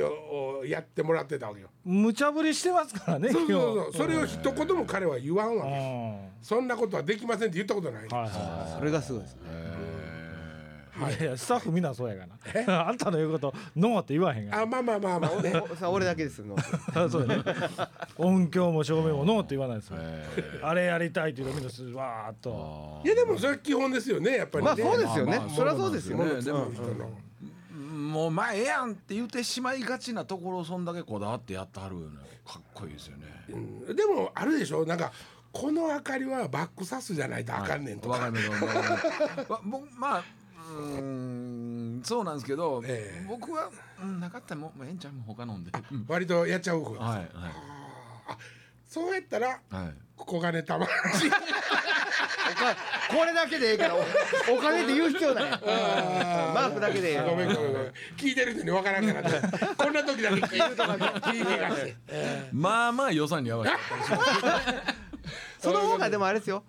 Speaker 1: をやってもらってたわけよ
Speaker 2: 無茶ぶりしてますからね
Speaker 1: そうそう
Speaker 2: 今
Speaker 1: そうそれを一言も彼は言わんわ
Speaker 2: 日う
Speaker 1: けよ
Speaker 2: ん
Speaker 1: そんなことはできませんって言ったことない、
Speaker 2: はいは
Speaker 3: それがすごいですね
Speaker 2: いはいいやいやスタッフみんなそうやからな あんたの言うこと「ノー」って言わへんから
Speaker 1: あまあまあまあまあね
Speaker 3: おさ俺だけですの
Speaker 2: あ そうやね音響も照明もノーって言わないですよ
Speaker 4: え
Speaker 2: あれやりたいっていうのみんなすわーっと
Speaker 4: あ
Speaker 1: いやでもそれは基本ですよねやっぱりね
Speaker 3: まあそうですよね
Speaker 4: まあまあ
Speaker 3: そりゃそうですよ
Speaker 1: も
Speaker 3: ね
Speaker 1: の作る人の、
Speaker 4: ーもうまあええやんって言ってしまいがちなところをそんだけこだわってやってはるよねかっこいいですよね
Speaker 1: うんでもあるでしょなんかこの明かりはバックサスじゃないとあかんねんと
Speaker 4: わ
Speaker 1: か、
Speaker 4: かんないわ かんないわ僕まあうーんそうなんですけど、
Speaker 1: ええ
Speaker 4: 僕は、うん、なかったらもうもうええんちゃんもう他飲 んで、うん
Speaker 1: 割とやっちゃう方
Speaker 4: はい
Speaker 1: そうやったら
Speaker 4: はいはい
Speaker 1: 小金玉
Speaker 3: おかこれだけでええからおお金って言う必要ないマークだけでええ
Speaker 1: ごめんごめんごめん聞いてる人に分からんから ねこんな時だけ聞いてるとかね聞いてがして
Speaker 4: まあまあ予算に合わせて
Speaker 3: その方がでもあれですよ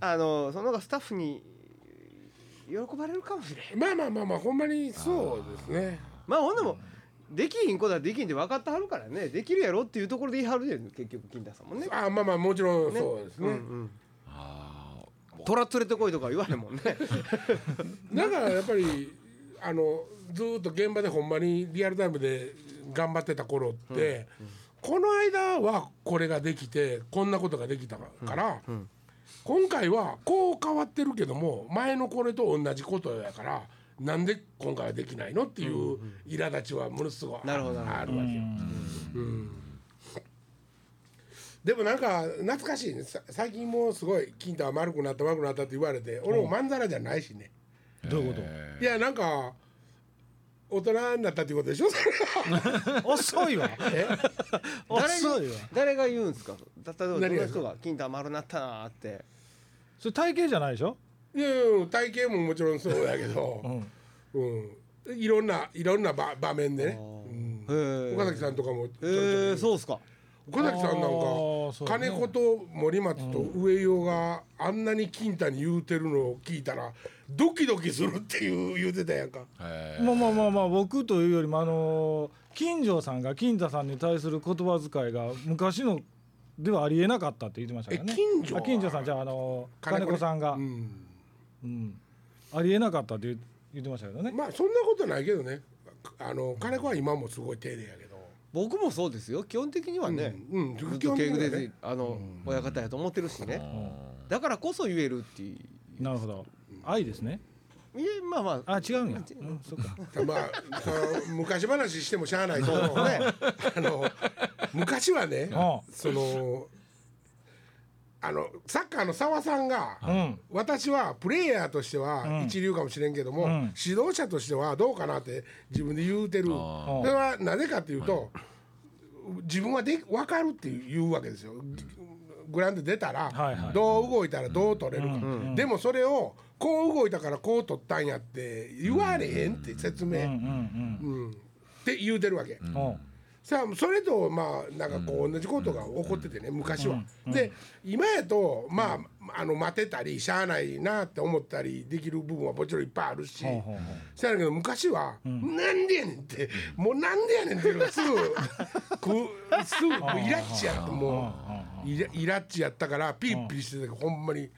Speaker 3: あのその方がスタッフに喜ばれるかもしれ ん
Speaker 1: まあまあまあまあほんまにそうですね
Speaker 3: まあほんでもできひんことはできひんって分かってはるからねできるやろっていうところで言いはるで結局金田さんもね
Speaker 1: あまあまあもちろんそうですね
Speaker 3: 虎連れてこいとか言わへんも んね
Speaker 1: だからやっぱりあのずーっと現場でほんまにリアルタイムで頑張ってた頃って、この間はこれができてこんなことができたから、今回はこう変わってるけども前のこれと同じことやからなんで今回はできないのっていう苛立ちはものすごい
Speaker 3: なるほど
Speaker 1: あるわけよ。うんでもなんか懐かしいねさ最近もうすごい「金太は丸くなった丸くなった」って言われて俺もまんざらじゃないしね、
Speaker 2: どういうこ
Speaker 1: いやなんか大人になったっていうことでしょ。
Speaker 2: と 遅いわ
Speaker 1: え
Speaker 3: 誰
Speaker 2: 遅い
Speaker 3: に
Speaker 2: わ
Speaker 3: 誰が言うんですかだったらどん
Speaker 1: 何が
Speaker 3: な人が金太丸なったなーって
Speaker 2: それ体型じゃないでしょ
Speaker 1: いやいや体型ももちろんそうやけど、うん、いろんないろんな場場面でね。うん
Speaker 3: へ
Speaker 1: 岡崎さんとかもちょいちょい
Speaker 3: えそうっすか
Speaker 1: 岡崎さんなんか
Speaker 2: あーそうだね
Speaker 1: 金子と森松と上与があんなに金太に言うてるのを聞いたらドキドキするっていう言うてたやんか
Speaker 4: え
Speaker 2: まあまあまあまあ僕というよりもあのー金城さんが金田さんに対する言葉遣いが昔のではありえなかったって言ってましたからね
Speaker 1: え金城は
Speaker 2: あ金城さんじゃああのー
Speaker 1: 金子ね
Speaker 2: 金子さんが
Speaker 1: うん
Speaker 2: うんありえなかったって言う言ってましたけどね
Speaker 1: まあそんなことないけどねあの金子は今もすごい丁寧やけど
Speaker 3: 僕もそうですよ基本的にはね
Speaker 1: うん
Speaker 3: ずっ
Speaker 1: 基
Speaker 3: と
Speaker 1: 本的
Speaker 3: 敬
Speaker 1: には
Speaker 3: 具
Speaker 1: ね
Speaker 3: であの親方やと思ってるしねだからこそ言えるっていう
Speaker 2: なるほど愛ですね
Speaker 3: いやまあまあ
Speaker 2: あ違うんやうんそっか
Speaker 1: まあその昔話してもしゃあないけど、
Speaker 3: ね
Speaker 1: あの昔はね
Speaker 2: う
Speaker 1: そのあのサッカーの澤さんが、
Speaker 2: うん
Speaker 1: 私はプレイヤーとしては一流かもしれんけども、
Speaker 2: ん
Speaker 1: 指導者としてはどうかなって自分で言うてるそれはなぜかというと、自分はで分かるっていうわけですよ。グラウンド出たら、
Speaker 2: はいはい
Speaker 1: どう動いたらどう取れるか、でもそれをこう動いたからこう取ったんやって言われへんって説明、
Speaker 2: うんうん
Speaker 1: うんって言うてるわけ。
Speaker 2: うんうん
Speaker 1: さあそれとまあなんかこう同じことが起こっててね昔は。で今やとまああの待てたりしゃあないなって思ったりできる部分はもちろんいっぱいあるし
Speaker 2: ほうほうほう
Speaker 1: そやけど昔は「なんでやねん」って「もうなんでやねん」っていうのがすぐ こうすぐもうイラッチやもうイライラッチやったからピリピリしてたけどほんまに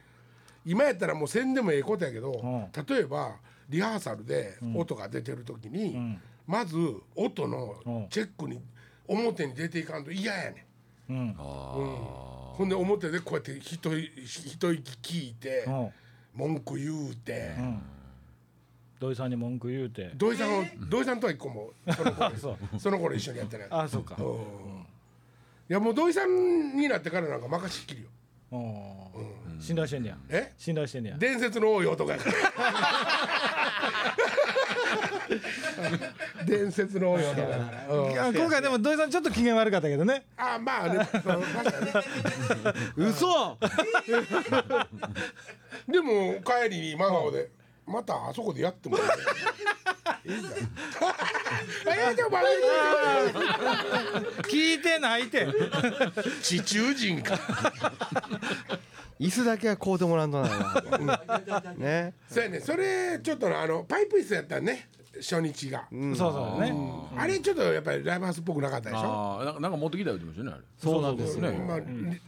Speaker 1: 今やったらもうせんでもええことやけど例えばリハーサルで音が出てる時にまず音のチェックに表に出ていかんと嫌やねん。
Speaker 2: うん
Speaker 1: うんほんで表でこうやって一人一息聞いて、
Speaker 2: うん
Speaker 1: 文句言うて、
Speaker 2: 土井さんに文句言うて
Speaker 1: 土井さんの、土井さんとは一個 もその頃
Speaker 2: そう
Speaker 1: その頃一緒にやってない。
Speaker 2: あそうか
Speaker 1: うんいやもう土井さんになってからなんか任しっきりよ。
Speaker 2: うん信頼してんねや
Speaker 1: え
Speaker 2: 信頼してんねや
Speaker 1: 伝説の多い男やから 伝説の多い男やから、うん
Speaker 2: いや今回でも土井さんちょっと機嫌悪かったけどね
Speaker 1: あまあねうん確かにね
Speaker 3: 嘘
Speaker 1: でも帰りに真顔で「またあそこでやってもらう」 ええじゃんあいいじゃんお前
Speaker 2: 聞いてないて
Speaker 1: 地中人か
Speaker 3: 椅子だけは買うてもらんとなね
Speaker 1: そうやねそれちょっとなあのパイプ椅子やったんね初日が、
Speaker 2: そうそうね
Speaker 1: あれちょっとやっぱりライブハウスっぽくなかったでしょ
Speaker 4: ああなんかなんか持ってきた言ってましたよねあれ
Speaker 3: そうなんです
Speaker 4: ね
Speaker 1: まあ、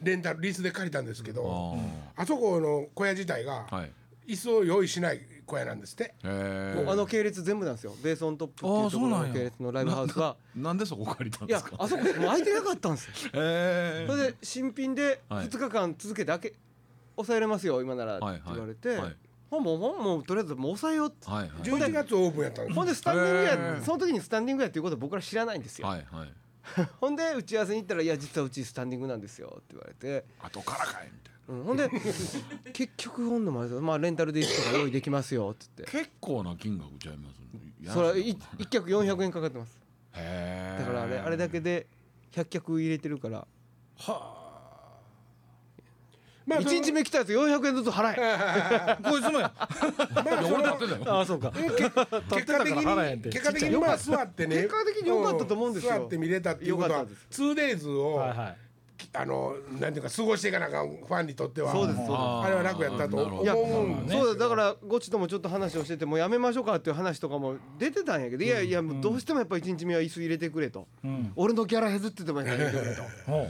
Speaker 1: レンタルリースで借りたんですけ
Speaker 4: あ
Speaker 1: どあそこの小屋自体が
Speaker 4: あはい
Speaker 1: 椅子を用意しない小屋なんですって
Speaker 4: へえ
Speaker 3: あの系列全部なんですよベースオントップっていうところの系列のライブハウスは
Speaker 4: なんでそこ借りたん
Speaker 3: い
Speaker 4: で
Speaker 3: や
Speaker 4: すか
Speaker 3: あそこもう空いてなかったんですよ
Speaker 4: へ
Speaker 3: それで新品で
Speaker 4: はい
Speaker 3: 2日間続けて開け抑えれますよ今ならって
Speaker 4: はいはい
Speaker 3: 言われて、
Speaker 4: はい
Speaker 3: ほんもほんもとりあえずもう抑えようって、
Speaker 4: えはいはい
Speaker 1: 11月オープンやったんです
Speaker 3: ほんでスタンディングや、
Speaker 4: へー
Speaker 3: その時にスタンディングやっていうことを僕ら知らないんですよ、
Speaker 4: はいはい
Speaker 3: ほんで打ち合わせに行ったら「いや実はうちスタンディングなんですよ」って言われて、
Speaker 4: 後からかいみたいな
Speaker 3: うん、ほん で結局本の前で、まあ、レンタルで椅子とか用意できますよって言って
Speaker 4: 結構な金額ちゃいますやら
Speaker 3: それ
Speaker 4: しい
Speaker 3: 1脚400円かかってます
Speaker 4: へえ
Speaker 3: だからあれあれだけで100脚入れてるから
Speaker 1: まあその
Speaker 3: 1日目来たやつ400円ずつ 払え
Speaker 2: こいつもや
Speaker 1: まあそ
Speaker 4: 俺だ
Speaker 1: の
Speaker 4: ってだよ
Speaker 2: あそうか
Speaker 1: 結果的
Speaker 2: 立ってたから腹減っ
Speaker 1: に
Speaker 2: て
Speaker 1: 結果的にまあ座ってね
Speaker 3: 結果的に良かったと思うんですよ
Speaker 1: 座って見れたっていうこと
Speaker 3: 良か
Speaker 1: は
Speaker 3: ったです
Speaker 1: 2days を
Speaker 2: はいはい
Speaker 1: あのなんていうか過ごしていかなあかんファンにとっては
Speaker 3: そうですそうです
Speaker 1: あれは楽やったと思うん
Speaker 4: い
Speaker 1: で
Speaker 4: や
Speaker 1: す
Speaker 2: ね
Speaker 1: よ
Speaker 3: そうだだからゴチともちょっと話をしててもうやめましょうかっていう話とかも出てたんやけどいやいやもうどうしてもやっぱ1日目は椅子入れてくれと、
Speaker 2: ん
Speaker 3: 俺のギャラ削ってても入れてくれと
Speaker 2: ほう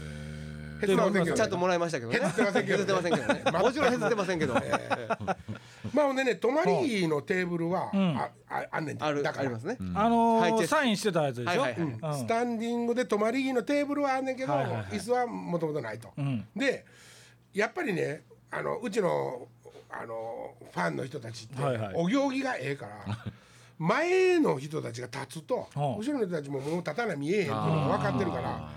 Speaker 1: へつりませんけどね
Speaker 3: ちゃんともらいましたけどね
Speaker 1: 削ってませんけどね
Speaker 3: 削ってませんけどねもちろん削ってませんけど
Speaker 1: まあほんでね泊まりのテーブルは
Speaker 2: ん
Speaker 1: あああんねんて
Speaker 3: ある
Speaker 1: だか
Speaker 3: あり
Speaker 1: ら
Speaker 3: ますね、
Speaker 2: あの
Speaker 3: はいチェ
Speaker 2: ー
Speaker 3: ス
Speaker 2: サインしてたやつで
Speaker 3: は
Speaker 2: し
Speaker 3: い
Speaker 2: ょ
Speaker 3: はいはい、
Speaker 1: うんスタンディングで泊まりのテーブルはあんねんけど
Speaker 2: はいはいはい
Speaker 1: 椅子はもともとないと
Speaker 2: ん
Speaker 1: でやっぱりねあのうちのあのファンの人たちって
Speaker 2: はいはい
Speaker 1: お行儀がええ から前の人たちが立つと
Speaker 2: うん
Speaker 1: 後ろの人たちももう立たない見えへんっていうのが分かってるから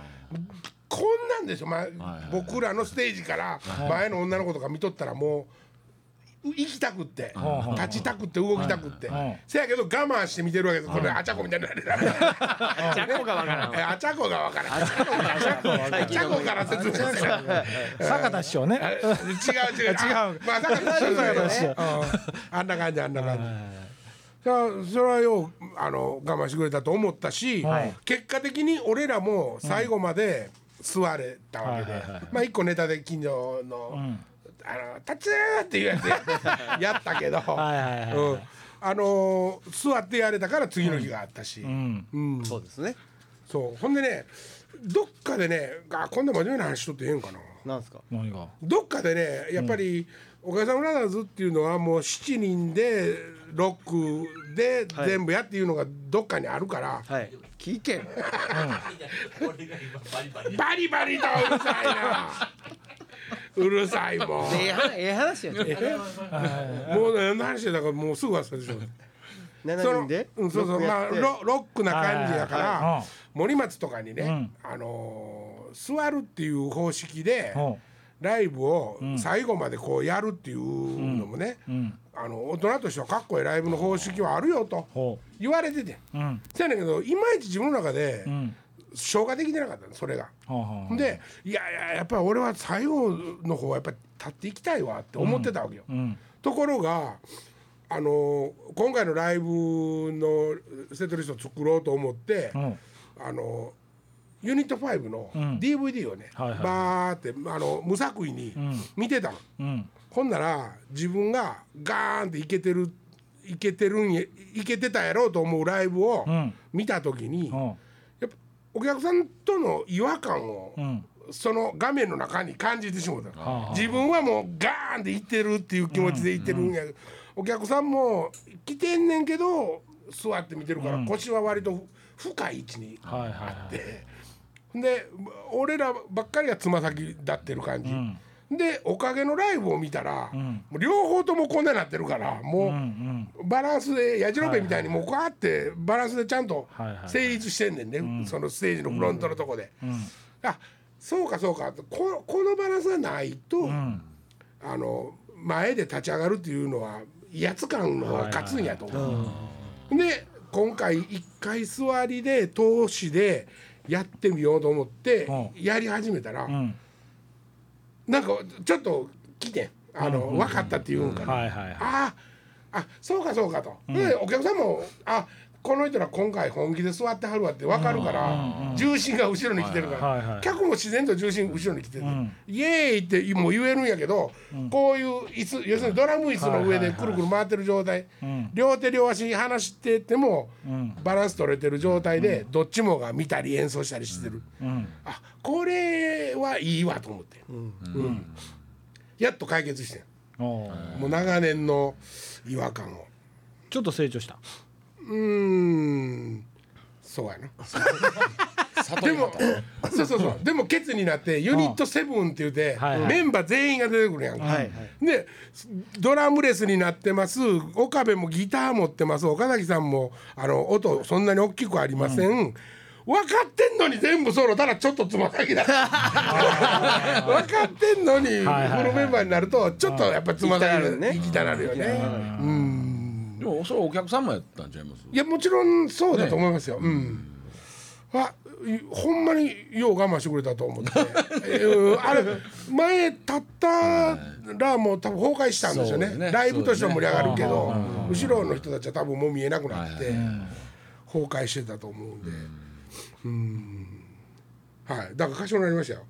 Speaker 1: こんなんですよ、まあ
Speaker 4: はい
Speaker 1: 僕らのステージから前の女の子とか見とったらもう行きたくって
Speaker 2: はい
Speaker 1: 立ちたくって動きたくって
Speaker 2: はい
Speaker 1: せやけど我慢して見てるわけですこれあちゃこみたいになる
Speaker 3: あじゃあこがわからん
Speaker 1: あちゃこがわからんあちゃこから説明する
Speaker 2: 坂田師匠
Speaker 1: あ
Speaker 2: ね
Speaker 1: 違う違う
Speaker 2: あ違う
Speaker 1: あまあだからそうだよねうんあんな感じあんな感じだからそれはようあの我慢してくれたと思ったし、
Speaker 2: はい
Speaker 1: 結果的に俺らも最後まで座れたわけで、
Speaker 2: はいはいはい
Speaker 1: まあ一個ネタで近所の「あの立ちー!」っていうやつや やったけど
Speaker 2: はいはいはいはい
Speaker 1: うんあのー座ってやれたから次の日があったし、
Speaker 2: うん
Speaker 3: そうですね
Speaker 1: そうほんでねどっかでねあこんな真面目な話しとってええんかな。
Speaker 3: なんですか
Speaker 2: 何が
Speaker 1: どっかでねやっぱり「おかげさまブラザーズ」っていうのはもう7人でロックで全部やっていうのがどっかにあるから、
Speaker 3: はい聞け
Speaker 1: バリバリとうるさいなうるさいも
Speaker 3: ええ話ええ話やね
Speaker 1: うもう何の話だからもうすぐ忘れてしまう。そ
Speaker 3: 7
Speaker 1: の
Speaker 3: 人で
Speaker 1: うん、そうそう
Speaker 3: ロッ
Speaker 1: ま
Speaker 3: クや
Speaker 1: あ
Speaker 3: って
Speaker 1: ロロックな感じやか
Speaker 2: はいはいはい
Speaker 1: ら
Speaker 2: うん
Speaker 1: 森松とかにね、あのー座るっていう方式で
Speaker 2: ほ
Speaker 1: ライブを最後までこうやるっていうのもね、あの大人としてはかっこいいライブの方式はあるよと
Speaker 2: うほ
Speaker 1: 言われてて
Speaker 2: ううん
Speaker 1: そやねんけどいまいち自分の中で
Speaker 2: うん
Speaker 1: 消化できてなかったのそれが。
Speaker 2: ほうほう
Speaker 1: でいやいややっぱり俺は最後の方はやっぱり立っていきたいわって思ってたわけよ。
Speaker 2: うん
Speaker 1: ところがあの今回のライブのセットリストを作ろうと思って、
Speaker 2: うん
Speaker 1: あのユニット5の
Speaker 2: ん
Speaker 1: DVD をね、
Speaker 2: はいはいはい
Speaker 1: バーってあの無作為に見てたの。
Speaker 2: うん
Speaker 1: ほんなら自分がガーンっていけてるいけてるんやいけてたやろうと思うライブを
Speaker 2: うん
Speaker 1: 見た時に、
Speaker 2: ほう
Speaker 1: やっぱお客さんとの違和感を、
Speaker 2: ん
Speaker 1: その画面の中に感じてしまうた
Speaker 2: あ
Speaker 1: 自分はもうガーンっていってるっていう気持ちでいってるんや、お客さんも来てんねんけど座って見てるから腰は割と深い位置に
Speaker 2: はいはいは
Speaker 1: あって、で俺らばっかりがつま先立ってる感じ、でおかげのライブを見たら、もう両方ともこんなになってるからもう、バランスでやじろべえみたいにもうこうやってバランスでちゃんと
Speaker 2: はいはい
Speaker 1: 成立してんねんね、そのステージのフロントのとこで。あそうかそうかここのバランスがないと、あの前で立ち上がるっていうのは威圧感の方が勝つんやと思う。で今回一回座りで通しでやってみようと思って
Speaker 2: う
Speaker 1: やり始めたら、
Speaker 2: うん
Speaker 1: なんかちょっと来てんあの、分かったっていうんかな、
Speaker 2: はいはいはい
Speaker 1: あああそうかそうかと、でお客さんもあこの人ら今回本気で座ってはるわって分かるから、重心が後ろに来てるから、
Speaker 2: はいはいはい
Speaker 1: 客も自然と重心後ろに来てる、
Speaker 2: ん
Speaker 1: イエーイってもう言えるんやけど、こういう椅子要するにドラム椅子の上でくるくる回ってる状態、
Speaker 2: ん
Speaker 1: 両手両足離してても、
Speaker 2: ん
Speaker 1: バランス取れてる状態で、どっちもが見たり演奏したりしてる、
Speaker 2: うん
Speaker 1: あこれはいいわと思って、うんやっと解決してん
Speaker 2: おー
Speaker 1: もう長年の違和感を
Speaker 2: ちょっと成長した
Speaker 1: うーんそうやなでもそうそうそうでもケツになってユニットセブンって言うて、
Speaker 2: はいはい
Speaker 1: メンバー全員が出てくるやんか、
Speaker 3: はいはい
Speaker 1: でドラムレスになってます岡部もギター持ってます岡崎さんもあの音そんなに大きくありません、分かってんのに全部ソロただちょっとつま先だ分かってんのにこ
Speaker 2: はいはい
Speaker 1: のメンバーになるとちょっとやっぱつま先
Speaker 3: 行きたなるね
Speaker 1: で行きたなるよねうん
Speaker 4: でもそれお客さんもやったんちゃいます
Speaker 1: いやもちろんそうだと思いますよ。うん。あ、いほんまによう我慢してくれたと思って。 うんあれ前立ったらもう多分崩壊したんですよ
Speaker 4: そ
Speaker 1: ね。
Speaker 4: うね
Speaker 1: ライブとしては盛り上がるけ
Speaker 2: そう
Speaker 1: ど
Speaker 2: ね、
Speaker 1: 後ろの人たちは多分もう見えなくなって
Speaker 4: はい
Speaker 1: 崩壊してたと思うんで。うん。はい。だから賢くなりましたよ。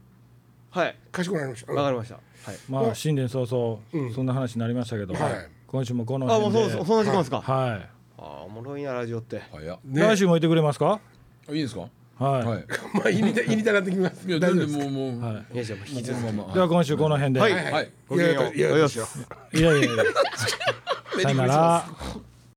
Speaker 3: はい
Speaker 1: 賢くなりました。うん
Speaker 3: わかりましたはい
Speaker 2: まあ新年早々そんな話になりましたけど、
Speaker 1: はい
Speaker 2: 今週もこの
Speaker 3: あもう
Speaker 2: 辺で
Speaker 3: そうそうそんな時間ですか、
Speaker 2: はい
Speaker 3: あーおもろいなラジオって
Speaker 4: 早っ
Speaker 1: ね
Speaker 2: 来週もいてくれますか
Speaker 4: いいんですか
Speaker 2: はい、
Speaker 4: はい
Speaker 1: まあ胃にた胃にたなってきます。
Speaker 4: いや
Speaker 1: 大丈夫
Speaker 4: 全
Speaker 1: で
Speaker 4: 然
Speaker 1: すか。
Speaker 4: もうもう
Speaker 2: はい
Speaker 4: も
Speaker 3: いやじゃあもう引き
Speaker 4: う
Speaker 3: 続き
Speaker 4: まあまあ
Speaker 2: では今週この辺で、
Speaker 3: はい
Speaker 2: い
Speaker 4: はい
Speaker 1: いやいやいやいやいや
Speaker 3: よ
Speaker 2: やいやいやさよなら